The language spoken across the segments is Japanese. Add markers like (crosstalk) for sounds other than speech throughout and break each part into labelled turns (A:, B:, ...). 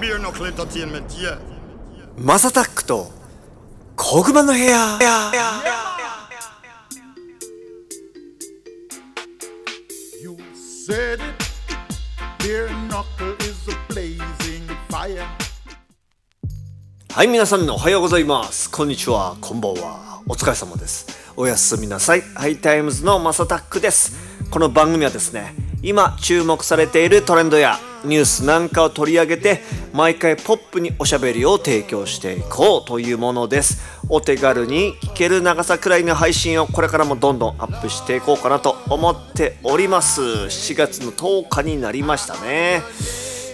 A: beer nog lid dat hier met je.
B: マサタックと小熊の部屋
C: You said it. Beer knuckle is a blazing fire.
B: はい皆さんおはようございますこんにちはこんばんはお疲れ様ですおやすみなさいハイタイムズのマサタックですこの番組はですね今注目されているトレンドやニュースなんかを取り上げて毎回ポップにおしゃべりを提供していこうというものですお手軽に聞ける長さくらいの配信をこれからもどんどんアップしていこうかなと思っております7月の10日になりましたね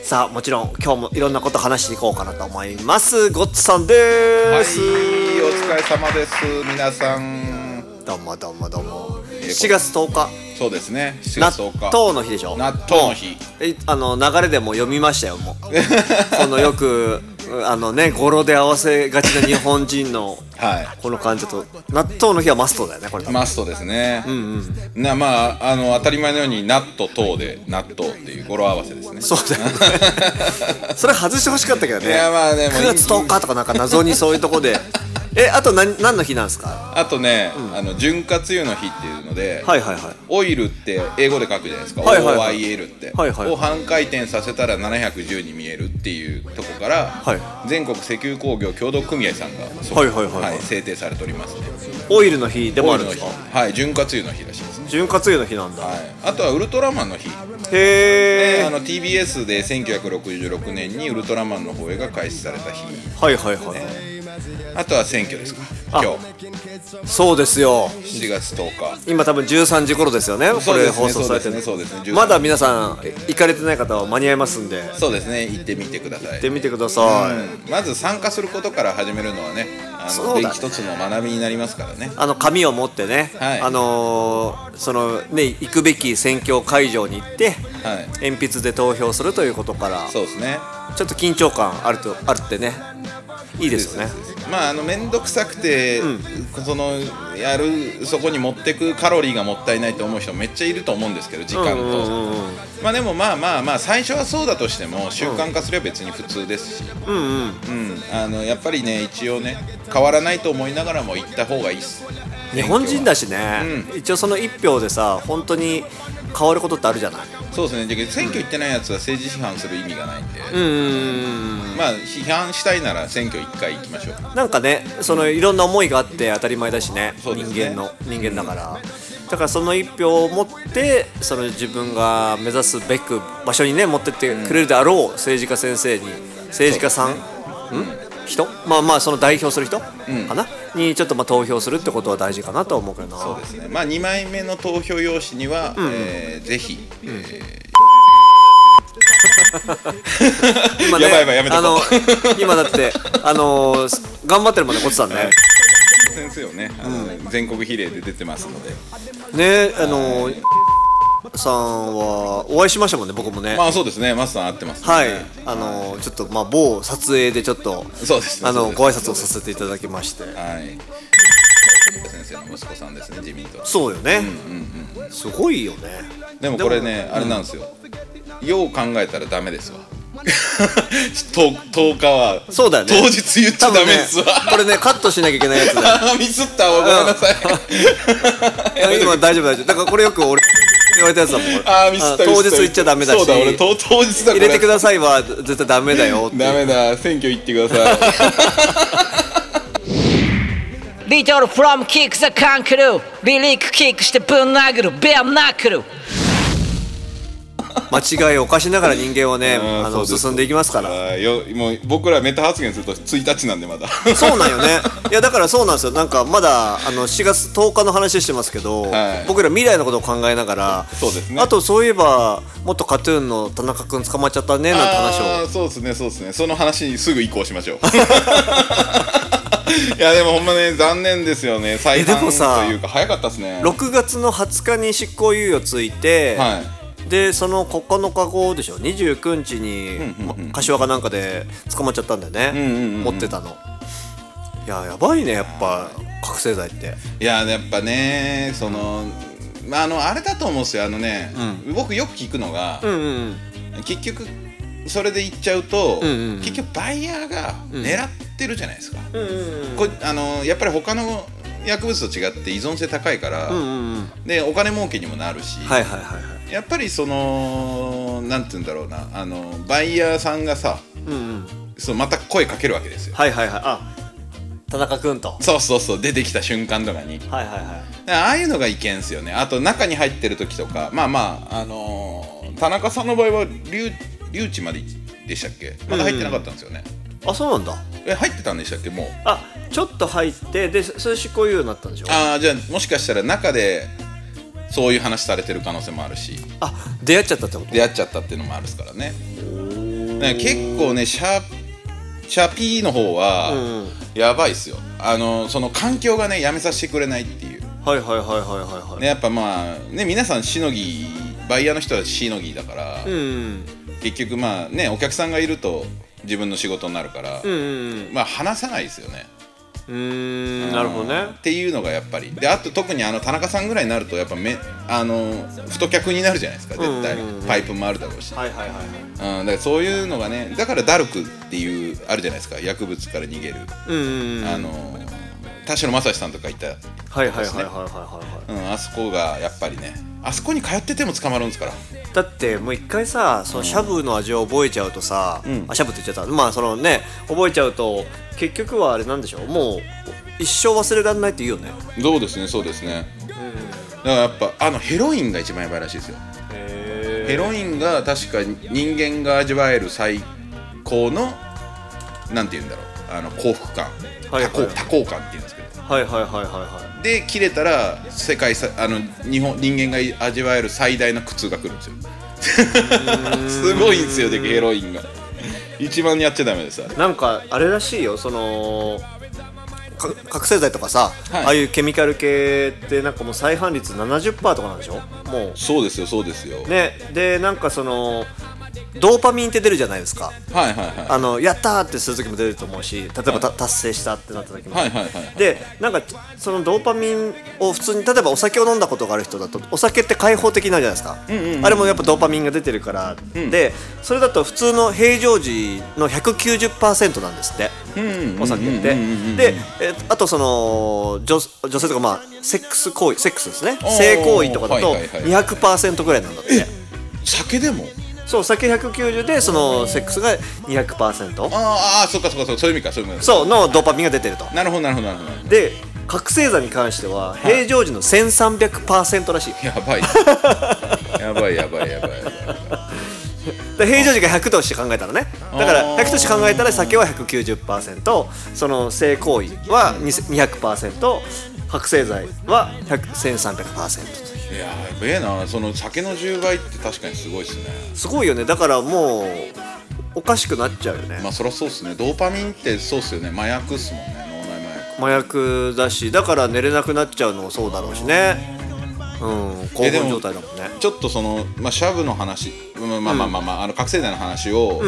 B: さあもちろん今日もいろんなこと話していこうかなと思いますゴッツさんで
D: はい、お
B: す、
D: 疲れ様です。皆さん、
B: どうもどうもどうも
D: え
B: 7月10日
D: そうですね。7
B: 納
D: 月10日。
B: 豆の日でしょ
D: 納豆の日。
B: えあの流れでも読みましたよも
D: (laughs)
B: うこのよくあのね語呂で合わせがちな日本人の
D: は
B: この感じだと納豆の日はマストだよねこれ
D: い。マストですね。なまああの当たり前のように納豆等で納豆っていう語呂合わせですね。
B: そうだよねそれ外してほしかったけどね
D: いやまあねもう
B: 9月10日とかなんか謎にそういうとこでえあと何何の日なんですか
D: あとね、あの潤滑油の日っていうので、
B: はいはいはい
D: オイルって英語で書くじゃないですか。
B: はいはいはい
D: OIL って、
B: はいはい
D: を半回転させたら710に見えるっていうとこから、
B: は
D: 全国石油工業協同組合さんが、
B: はいはいはいはい
D: 制定されておりますね。
B: オイルの日でも
D: オ
B: あ
D: イ
B: る
D: ル
B: んで
D: の
B: す
D: 日
B: か
D: はい潤滑油の日らしいですね、
B: 潤滑油の日なんだ、
D: はい、あとはウルトラマンの日、
B: へ
D: えー (laughs) あ
B: え
D: の TBS で1966年にウルトラマンの放映が開始された日
B: はいはいはい、
D: あとは選挙ですか
B: あ
D: 今
B: そうですよ
D: 日7月10日
B: 今多分13時頃ですよねこ
D: そう
B: れ
D: ですね
B: 放送されてる
D: そうですねそうですね
B: まだ皆さんえ行かれてない方は間に合いますんで行っ
D: そうですね行ってみてください
B: てみてください、
D: うんまず参加することから始めるのはねあ
B: そう
D: の
B: だね
D: 一つの学びになりますからね
B: あの紙を持ってね、
D: はい
B: あのーそのね行くべき選挙会場に行って、
D: はい
B: 鉛筆で投票するということからち
D: そうですね
B: ょっと緊張感あるとあるってねいいですよね
D: まああの面倒くさくて、そのやるそこに持ってくカロリーがもったいないと思う人めっちゃいると思うんですけど時間
B: う
D: と、
B: んうん
D: まあでもまあまあまあ最初はそうだとしても習慣化すれば別に普通ですし、
B: うんうん
D: うんあのやっぱりね一応ね変わらないと思いながらも行った方がいいっす
B: 日本人だしね、
D: う
B: 一応その1票でさ本当に変わることってあるじゃない
D: そうですねで選挙行ってないやつは政治批判する意味がないんで、
B: うん
D: まあ批判したいなら選挙1回行きましょう
B: なんかねそのいろんな思いがあって当たり前だしね
D: そうですね
B: 人間の人間だから、だからその1票を持ってその自分が目指すべく場所にね持ってってくれるであろう政治家先生に政治家さん、ん人まあまあその代表する人、かなにちょっとまあ投票するってことは大事かなとは思うけどな
D: そうですねまあ2枚目の投票用紙には、えーぜひ、え
B: 今ね、
D: やばいやばいやめとこ
B: あ
D: う
B: の今だってあのー頑張ってるもんねこつさんね、
D: ー先生をねあの、全国比例で出てますので
B: ねあのーさんはお会いしましたもんね僕もね、
D: まあそうですねマスさん合ってますね
B: はいあのーちょっとまあ某撮影でちょっと
D: そうですね
B: あ
D: そう
B: の
D: です
B: ご挨拶をさせていただきまして
D: はい先生の息子さんですね自民党
B: そうよね、すごいよね
D: でもこれねあれなんですよ、よう考えたらダメですわ (laughs) 10, 10日は
B: そうだよね
D: 当日言っちゃダメですわ、
B: 多分ねこれねカットしなきゃいけないやつだ
D: (laughs)
B: よ
D: あーミスったわごめんなさい、
B: いや今大丈夫大丈夫だからこれよく俺言われたやつだもんこれ
D: (laughs) あーミスった
B: あ
D: ミ
B: 当
D: ス
B: 日言っちゃダメだし
D: そうだ俺当当日だこ
B: 入れてく
D: だ
B: ださいは絶対ダメだよっていう
D: ダメだ選挙行ってください
E: Little from kick the kangaroo リリックキックしてぶん殴るベアナックル
B: 間違いを犯しながら人間はね
D: ん
B: あ
D: そ
B: の
D: うです
B: 進んでいきますから
D: あーよもう僕らメタ発言すると1日なんでまだ
B: そうなんよねいやだからそうなんですよなんかまだあの7月10日の話してますけど、
D: はい
B: 僕ら未来のことを考えながら
D: そうですね
B: あとそういえばもっと KAT−TUN の田中君捕まっちゃったねなんて話
D: (laughs) あ
B: を
D: ーそうですねそうですねその話にすぐ移行しましょう (laughs) いやでもほんまね残念ですよね裁
B: え
D: 判
B: で
D: と
B: もさ
D: いうか早かったですね
B: 6月の20日に執行猶予ついて、
D: は
B: でその9日後でしょ29日に、
D: うんうんうん
B: ま柏かなんかで捕まっちゃったんだよね、
D: うんうんうんうん
B: 持ってたのいややばいねやっぱ覚醒剤って
D: いややっぱねそのまああのあれだと思うんですよあのね、僕よく聞くのが、
B: うんうん
D: 結局それでいっちゃうと、結局バイヤーが狙ってるじゃないですか、これあのやっぱり他の薬物と違って依存性高いから、でお金儲けにもなるし、
B: はいはいはいはい
D: やっぱりそのなんて言うんだろうなあのバイヤーさんがさ、そうまた声かけるわけですよ
B: はいはいはいあ田中君と
D: そうそうそう出てきた瞬間とかに
B: はいはいはい
D: ああいうのがいけんすよねあと中に入ってる時とかまあまああのー田中さんの場合は留留置まででしたっけまだ入ってなかったんですよね、
B: あそうなんだ
D: え入ってたんでしたっけもう
B: あちょっと入ってでそれ執行猶予になったんでしょ
D: ああじゃあもしかしたら中でそういう話されてる可能性もあるし
B: あ出会っちゃったってこと
D: 出会っちゃったっていうのもあるからねだから結構ねシャシャピーの方はやばいっすよあのその環境がねやめさせてくれないっていう
B: はいはいはいはいはいはい、
D: ねやっぱまあね皆さんしのぎバイヤーの人はしのぎだから、
B: うん
D: 結局まあねお客さんがいると自分の仕事になるから、
B: うんうん
D: まあ話さないですよね
B: うーんなるほどね
D: っていうのがやっぱりであと特にあの田中さんぐらいになるとやっぱめあの太客になるじゃないですか絶対、
B: うんうんうん
D: パイプもあるだろうし、
B: はいはいはいはい
D: うん、だからそういうのがねだからダルクっていうあるじゃないですか薬物から逃げる、
B: うんうんうん
D: あの田代正史さんとかいた、
B: はいはいはいはいはいは
D: うん、あそこがやっぱりねあそこに通ってても捕まるんですから
B: いだってもう一回さそのシャブの味を覚えちゃうとさ、
D: ん
B: あシャブって言っちゃったまあそのね覚えちゃうと結局はあれなんでしょうもう一生忘れられないって言うよね
D: そうですねそうですね、だからやっぱあのヘロインが一番やばいらしいですよヘロインが確か人間が味わえる最高のなんて言うんだろうあの幸福感、
B: はいはい
D: 多幸多幸感っていうんですけど
B: はいはいはいはいは
D: で切れたら世界さあの日本人間が味わえる最大の苦痛が来るんですよ (laughs) すごいんですよでヘロインが一番やっちゃダメですあれ
B: いなんかあれらしいよそのか覚醒剤とかさ、
D: はい
B: ああいうケミカル系ってなんかもう再犯率70%とかなんでしょも
D: そうですよそうですよ、
B: うねでなんかそのドーパミンって出るじゃないですか
D: はいはいはい
B: あのやったーってする時も出ると思うし例えばた、達成したってなった時も、
D: はいはいはいはい
B: でなんかそのドーパミンを普通に例えばお酒を飲んだことがある人だとお酒って開放的になるじゃないですか、あれもやっぱドーパミンが出てるから、でそれだと普通の平常時の190%なんですって、お酒ってでえあとその女女性とかまあセックス行為セックスですね
D: おー
B: 性行為とかだと
D: はいはいは
B: 200%ぐらいなんだって、
D: 酒でも
B: そう酒190でそのセックスが200%
D: あーあーそっかそっかそっかそういう意味かそういう意味か
B: そうのドーパミンが出てると
D: なるほどなるほどなるほど
B: で覚醒剤に関しては平常時の1300%らしい
D: や
B: (laughs)
D: ばいやばいやばいやばいやばい
B: で平常時が100として考えたらねだから100として考えたら酒は190%その性行為は200%覚醒剤は100 1300%とい
D: いやーべえなその酒の10倍って確かにすごいっすね
B: うすごいよねだからもうおかしくなっちゃうよね
D: まあそりゃそうっすねドーパミンってそうっすよね麻薬っすもんね脳
B: 麻
D: 内麻薬
B: 薬だしだから寝れなくなっちゃうのもそうだろうしねうん興
D: えで
B: 奮
D: も
B: 状態だもんね
D: ちょっとその、まあ、シャブの話、うんまあまあまあまあ、あの覚醒剤の話を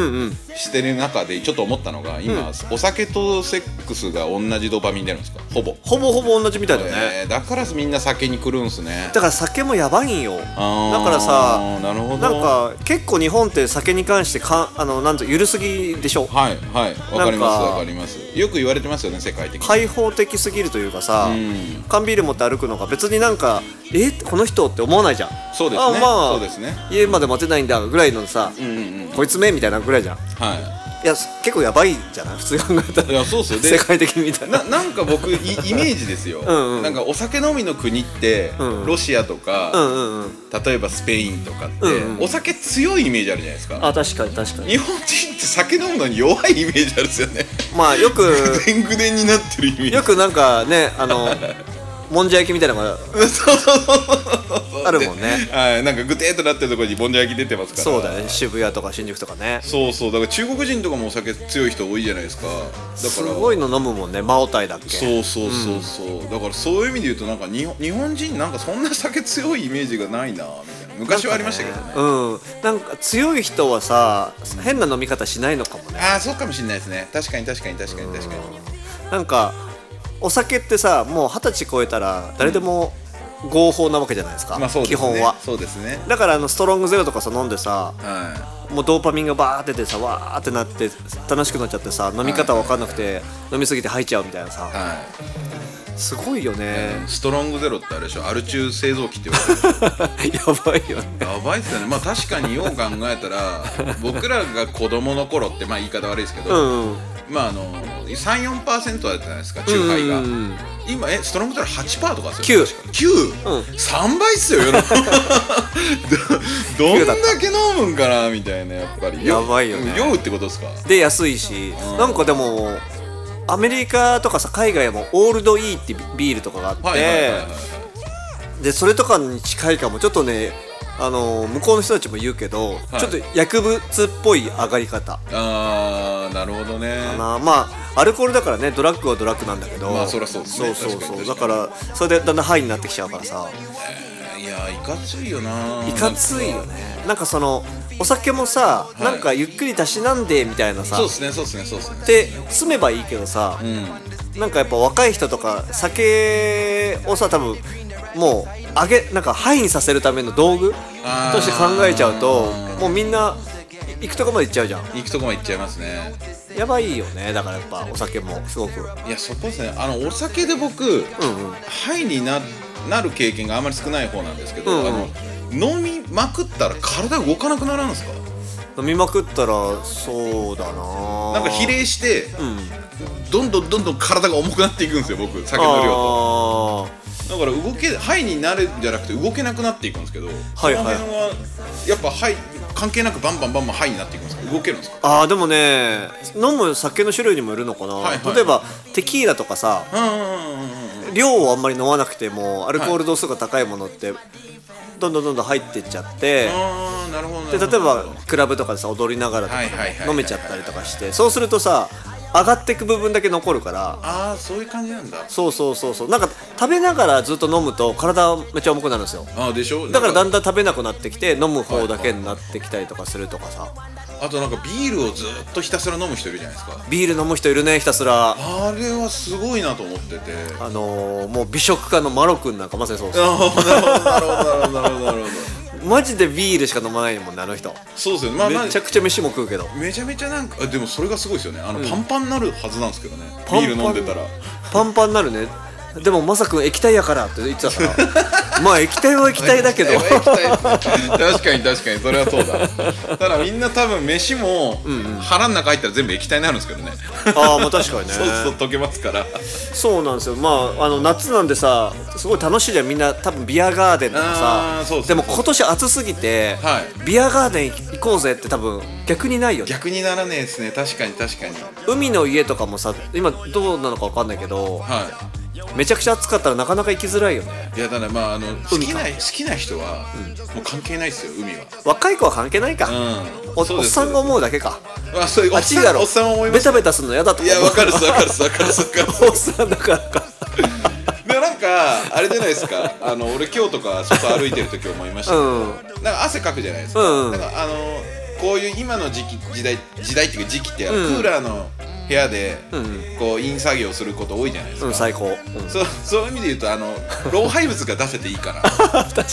D: してる中でちょっと思ったのが今、お酒とセックスが同じドーパミン出るんですかほぼ、
B: ほぼほぼ同じみたいだよね、
D: えーだからみんな酒に来るんすね
B: だから酒もやばいんよだ
D: あー
B: からさ
D: なるほど
B: なんか結構日本って酒に関してかあのなんと緩すぎでしょ
D: はいはいわかります
B: なんか
D: わかりますよく言われてますよね世界的に
B: 開放的すぎるというかさ
D: ん
B: 缶ビール持って歩くのが別になんかえこの人って思わないじゃん
D: そうですね
B: あまあ
D: そうですね
B: 家まで待てないんだぐらいのさ、
D: うんうんうん
B: こいつめみたいなぐらいじゃん
D: はい
B: いや結構やばいじゃない普通に考えたら
D: いやそうっすよで
B: 世界的にみたいな
D: ななんか僕いイメージですよ
B: んうん
D: なんかお酒飲みの国って、
B: んうん
D: ロシアとか、
B: うんうんうん
D: 例えばスペインとかって、
B: うんうん
D: お酒強いイメージあるじゃないですか
B: あ確かに確かに
D: 日本人って酒飲むのに弱いイメージあるんですよね
B: まあよ
D: (laughs)
B: く
D: でんぐでんになってるイメージ
B: よくなんかねあのもんじゃ焼きみたいなの
D: (laughs)
B: があるもんね
D: はいなんかグテーっとなってるところにボンジャ焼き出てますから
B: そうだね渋谷とか新宿とかね
D: そうそうだから中国人とかもお酒強い人多いじゃないですかだから
B: すごいの飲むもんねマオタイだっけ
D: そうそうそうそう、だからそういう意味で言うとなんか日本日本人なんかそんな酒強いイメージがないなみたいな昔はありましたけどね
B: うんなんか強い人はさ変な飲み方しないのかもね
D: ああそうかもしれないですね確かに確かに確かに確かに
B: なんかお酒ってさもう二十歳超えたら誰でも合法なわけじゃないですか、
D: まあそうです
B: 基
D: ね
B: 本は
D: そうですね
B: だからあのストロングゼロとかさ飲んでさ
D: は
B: もうドーパミンがバーって出てさわーってなって楽しくなっちゃってさ飲み方わかんなくて飲みすぎて吐いちゃうみたいなさ、
D: いは
B: すごいよね
D: い、ストロングゼロってあれでしょアル中製造機って言われてる
B: (laughs) やばいよね (laughs)
D: やばいっすよねまあ確かによう考えたら僕らが子供の頃ってまあ言い方悪いですけど、
B: うん
D: まああの34%だったじゃないですか中杯が、
B: うん
D: 今えストロングゼロ8%とかですよ
B: うん
D: 93倍っすよ世のどどんだけ飲むんかなみたいなやっぱり
B: やばいよね
D: 酔うってことですか
B: で安いし、
D: うん
B: なんかでもアメリカとかさ海外もオールドイーってビールとかがあって、
D: はいはいはいはいはい
B: でそれとかに近いかもちょっとねあの向こうの人たちも言うけど、
D: はい
B: ちょっと薬物っぽい上がり方
D: あーなるほどね
B: かなまあアルコールだからねドラッグはドラッグなんだけど
D: まあそりゃそうですね
B: そうそうそうだ
D: 確
B: か
D: かに
B: らそれでだんだんハイになってきちゃうからさ
D: いやーいかついよない
B: いかついよねなんかそのお酒もさ、
D: い
B: なんかゆっくりたしなんでみたいなさ
D: そうですねそうですねそうですね
B: で詰めばいいけどさ、
D: うん
B: なんかやっぱ若い人とか酒をさ多分もうあげなんか範囲させるための道具
D: あー
B: として考えちゃうともうみんな行くとこまで行っちゃうじゃん
D: 行くとこまで行っちゃいますね
B: やばいよねだからやっぱお酒もすごく
D: いやそこですねあのお酒で僕
B: うんうん
D: ハイにななる経験があまり少ない方なんですけど、
B: うんうん
D: あの飲みまくったら体動かなくならんすか
B: 飲みまくったらそうだな
D: なんか比例して
B: うん
D: どんどんどんどん体が重くなっていくんですよ僕酒の量と
B: あ
D: だから動けハイになるんじゃなくて動けなくなっていくんですけど、はい
B: はい
D: その辺はやっぱハイ関係なくバンバンバンバンハイになっていくんですか動けるんですか
B: ーあーでもね飲む酒の種類にもよるのかな、
D: はいはい
B: 例えばテキーラとかさ
D: うんうんうんうんうん
B: 量をあんまり飲まなくてもアルコール度数が高いものってどんどんどんどん入ってっちゃって、
D: あーなるほどな
B: で
D: るほど
B: 例えばクラブとかでさ踊りながらとか
D: はいはいはいはいはい
B: 飲めちゃったりとかしてそうするとさ上がってく部分だけ残るから
D: ああそういう感じなんだ
B: そうそうそうそうなんか食べながらずっと飲むと体めっちゃ重くなるんですよ
D: あーでしょ
B: だからだ
D: なん
B: んだん食べなくなってきて飲む方だけになってきたりとかするとかさ
D: あとなんかビールをずーっとひたすら飲む人いるじゃないですか
B: ビール飲む人いるねひたすら
D: あれはすごいなと思ってて
B: あのー、もう美食家のマロ君なんかまさにそうです
D: なるほどなるほどなるほどなるほど
B: マジでビールしか飲まないもんねあの人
D: そうですよねまあまあ
B: めちゃくちゃ飯も食うけど
D: めちゃめちゃなんかあでもそれがすごいですよねあの、パンパンになるはずなんですけどね
B: パンパン
D: ビール飲んでたら
B: パンパンになるねでもまさくん液体やからって言ってたから
D: (laughs)
B: まあ液体は液体だけど
D: 液体は液体確かに確かにそれはそう (laughs) だただみんな多分飯も腹の中入ったら全部液体になるんですけど (laughs) ね
B: ああまあ確かにね
D: そうすると溶けますから
B: そうなんですよまああの夏なんでさすごい楽しいじゃんみんな多分ビアガーデンと
D: あ
B: か
D: ーそう
B: さ
D: そう
B: でも今年暑すぎて、
D: はい
B: ビアガーデン行こうぜって多分逆にないよね
D: 逆にならねえですね確かに確かに
B: 海の家とかもさ今どうなのか分かんないけど
D: は
B: めちゃくちゃ暑かったらなかなか行きづらいよね
D: いいやだからまああの好
B: 海
D: き
B: か
D: な好きな人は、もう関係ないですよ海は
B: 若い子は関係ないか、
D: うん
B: お
D: そう
B: おっ
D: です
B: さんが思うだけか
D: あそう (laughs) いうお
B: あ
D: っ
B: っち
D: さん
B: だろ
D: おっさんは思いま
B: ベ
D: す
B: タベタするの嫌だとか
D: いやわかるっすわかるっすわかるっすわかるっす
B: おっさんだからか
D: でもなんかあれじゃないですかあの俺今日とか外歩いてる時思いましたけど、
B: うん
D: なんか汗かくじゃないですか、
B: うんうん
D: なんかあのこういう今の時期時代時代っていうか時期ってあの
B: うん
D: クーラーの部屋で
B: うん
D: こう陰作業すること多いじゃないです
B: うん
D: か、
B: 最
D: (laughs)
B: 高、うん、
D: そうそういう意味で言うとあの老廃物が出せていいから
B: 確か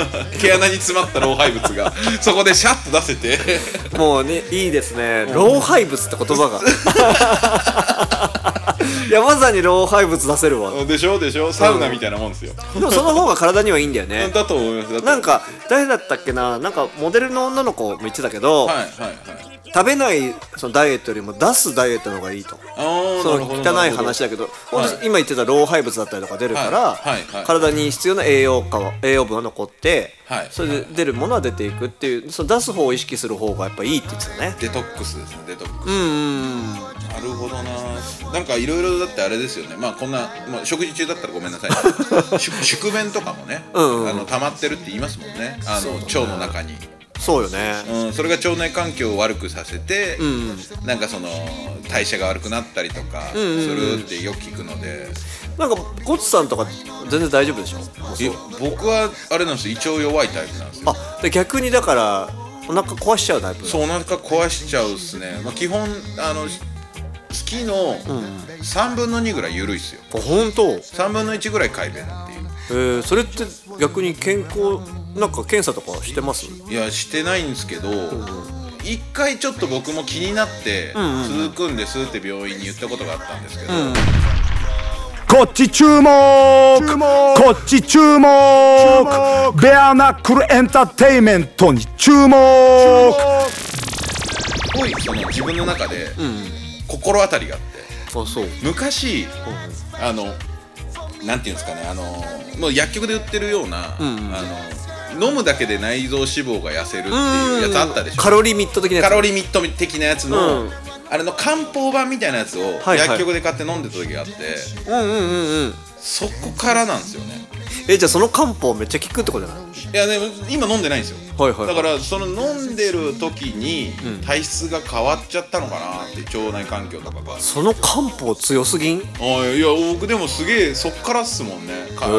D: (laughs) 毛穴に詰まった老廃物がそこでシャッと出せて
B: にもうねいいですね老廃物って言葉がいやまさに老廃物出せるわで
D: (laughs) でしょでしょサウナみたいなもんですよ、
B: もその方が体にはいいんだよね
D: だと思いますだと
B: なんか誰だったっけななんかモデルの女の子も言ってたけど、
D: はいはいはい
B: 食べないそのダイエットよりも出すダイエットの方がいいと
D: あー
B: そ
D: なる
B: の
D: ほど
B: 汚い
D: なるほど
B: 話だけど
D: はい
B: 今言ってた老廃物だったりとか出るから、
D: はいはいはい
B: 体に必要な栄養価は栄養分は残って、
D: はい
B: それで出るものは出ていくっていうその出す方を意識する方がやっぱいいって言ってたね
D: デトックスですねデトックス
B: うんうんうん
D: なるほどななんかいろいろだってあれですよねまあこんな、まあ、食事中だったらごめんなさ (laughs) い宿宿便とかもね、
B: うんうん
D: あの溜まってるって言いますもんねあの腸の中に、
B: そうよね
D: うん、それが腸内環境を悪くさせて、
B: ん
D: なんかその代謝が悪くなったりとかす
B: んうん
D: るってよく聞くので、
B: なんかゴツさんとか全然大丈夫でしょもうそう
D: いや僕はあれなんですよ胃腸弱いタイプなんですよ
B: あで逆にだからお腹壊しちゃうタイプ
D: そうお腹壊しちゃうっすね、まあ、基本あの月の3分の2ぐらい緩いっすよ
B: あ本当
D: 3分の1ぐらい改便っていう
B: えーそれって逆に健康なんか検査とかしてます
D: いやしてないんですけど一回ちょっと僕も気になって続くんですって病院に言ったことがあったんですけど、
A: こっち注目こっち注目ベアナックルエンターテインメントに注目
D: すごいその自分の中で心当たりがあって
B: あそう
D: 昔あのなんていうんですかねあのもう薬局で売ってるような、あの飲むだけで内臓脂肪が痩せるっていうやつあったでしょ
B: カロリーミット的な
D: カ
B: や
D: ロリーミット的なやつの、
B: うん
D: あれの漢方版みたいなやつを
B: はいはい
D: 薬局で買って飲んでた時があって、
B: つうんうんうんうん
D: そこからなんですよね
B: えじゃあその漢方めっちゃ効くってことじゃない
D: いやでも今飲んでないんですよ、
B: はいはいはい
D: だからその飲んでる時に体質が変わっちゃったのかなって腸内環境とかが、
B: その漢方強すぎんへ
D: あいや僕でもすげえそっからっすもんね体
B: え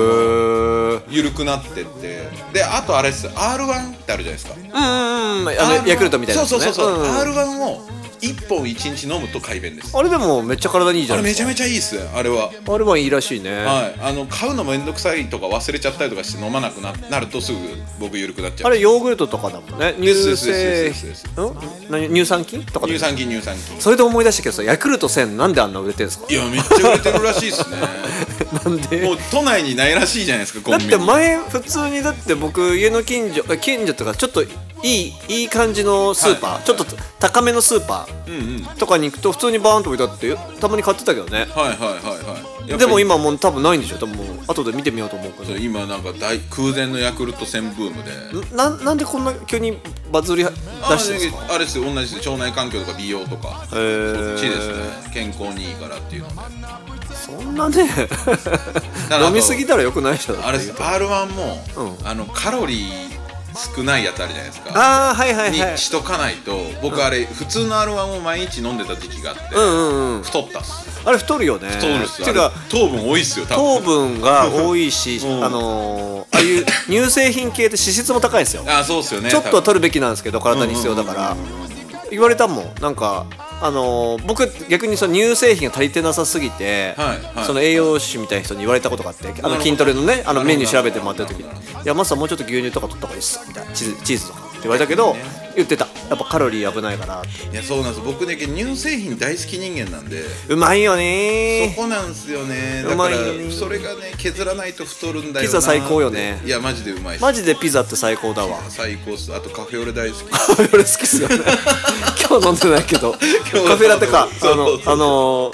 B: うん
D: 緩くなってってであとあれっす r 1ってあるじゃないですか
B: うんうんあの
D: R1
B: ヤクルトみたいなやつ
D: そ
B: ね
D: うそうそうそう、
B: んん
D: r 1を1本1日飲むと改便です
B: あれでもめっちゃ体にいいじ
D: あ
B: ゃな
D: れ
B: いで
D: め
B: す
D: ちゃめちゃいいっすねあれは
B: かあれはいいらしいね、
D: はい、あの買うのめんどくさいとか忘れちゃったりとかして飲まなくななるとすぐ僕緩くなっちゃ
B: あ
D: う
B: れヨーグルトとかだもんね乳
D: です
B: 製
D: ですですです
B: ん何乳酸菌とかだよ
D: 乳
B: ね
D: 酸菌乳酸菌
B: それで思い出したけどさヤクルト1000なんであんな売れてんすか (laughs)
D: いやめっちゃ売れてるらしいっすね
B: なんで
D: もう都内にないらしいじゃないですかコ
B: だ
D: ン
B: っ
D: ビニ
B: て前普通にだって僕家の近所近所とかちょっといいいい感じのスーパー、
D: はい
B: ちょっと高めのスーパー
D: うんうんはい
B: とかに行くと普通にバーンと置いてあってたまに買ってたけどね
D: はいはいはいやっぱり
B: でも今もう多分ないんでしょ多分もう後で見てみようと思うけ
D: そ
B: ど
D: う今なんか大空前のヤクルト戦ブームで
B: ななんでこんな急にバズり出
D: あ
B: してるんですか
D: あれですよ同じです腸内環境とか美容とか
B: えー
D: そっちですね健康にいいからっていうので
B: そんなね
D: ら
B: 飲みすぎたらよくないじゃん
D: あれです R1 も、
B: う
D: あのカロリー少ないやつあるじゃないですか
B: ああはいはいはい
D: にしとかないと僕あれ普通の R1 を毎日飲んでた時期があって、
B: うんうんうん
D: 太ったっす
B: あれ太るよね
D: 太るっす、
B: ていう
D: あ
B: か
D: れ糖分多いっすよ多分
B: 糖分が多いし、
D: うん
B: あのーああいう乳製品系って脂質も高いんですよ
D: あそうっすよね
B: ちょっとは取るべきなんですけど体に必要だから言われたもんなんかあのー僕逆にその乳製品が足りてなさすぎて、
D: はいはい
B: その栄養士みたいな人に言われたことがあってあ
D: ほ
B: の
D: ど
B: 筋トレのねあのメニュー調べてもらった時に
D: なるほ
B: 「いやマスターもうちょっと牛乳とか取った方がいいっす」みたいなチーズチーズとかって言われたけど、言ってたやっぱカロリー危ないからって
D: いやそうなんです僕ね乳製品大好き人間なんで
B: うまいよ
D: そ
B: ね
D: こなんすよね
B: う
D: だ
B: ま
D: か
B: い
D: ら
B: よね
D: それがね削らないと太るんだよな
B: ピザ最高よね
D: いやマジでうまいっす
B: マジでピザって最高だわ
D: 最高っすあとカフェオレ大好き
B: カフェオレ好きっすよ
D: (laughs)
B: ね今日飲んでないけど
D: 今日
B: カフェラテか
D: そ
B: あ
D: う
B: の
D: そうそう
B: あのーお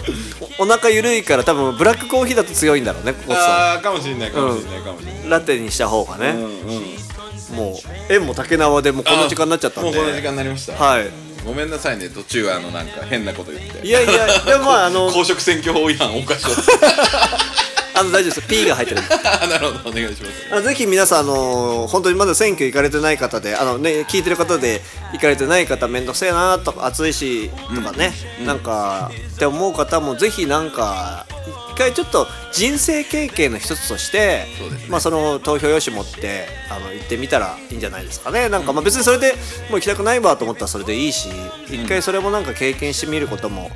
B: お腹ゆるいから多分ブラックコーヒーだと強いんだろうねここさ
D: あーかもしんないかもしんないかもしんない、
B: んラテにした方がね、
D: うんうん
B: もう縁も竹縄でもうこの時間になっちゃったんで
D: もうこの時間になりました
B: はい
D: ごめんなさいね途中あのなんか変なこと言って
B: いやいやでもまああの
D: 公職選挙法違反おか (laughs) し
B: あの大丈夫です P が入ってるんで
D: いなるほどお願いします
B: あぜひ皆さん、あのー本当にまだ選挙行かれてない方で、あのね、聞いてる方で行かれてない方、めんどくせえなとか、暑いしとかね、なんか、って思う方も、ぜひなんか、一回ちょっと人生経験の一つとして、
D: そうですね
B: まあ、その投票用紙持ってあの行ってみたらいいんじゃないですかね、なんか、まあ、別にそれでもう行きたくないわと思ったらそれでいいし、一回それもなんか経験してみることも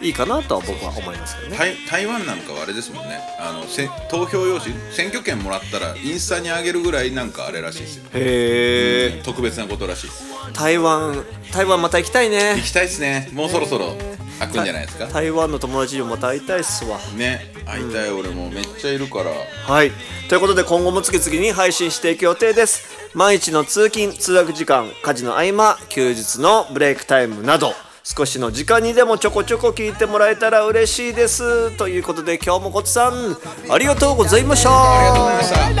B: いいかなとは僕は思いますけどね。
D: 台台湾なんかはあれですもんねあのせ投票用紙選挙権もらったらインスタにあげるぐらいなんかあれらしいですよ
B: へえ、
D: 特別なことらしいです
B: 台湾、台湾また行きたいね
D: 行。きたいっすねもうそろそろ開くんじゃないですか
B: た台湾の友達にもまた会いたいっすわ
D: ね会いたい俺もうめっちゃいるから
B: はいということで今後も次々に配信していく予定です毎日の通勤通学時間家事の合間休日のブレイクタイムなど少しの時間にでもちょこちょこ聞いてもらえたら嬉しいですということで今日もごちさんありがとうございました
D: ありがとうございました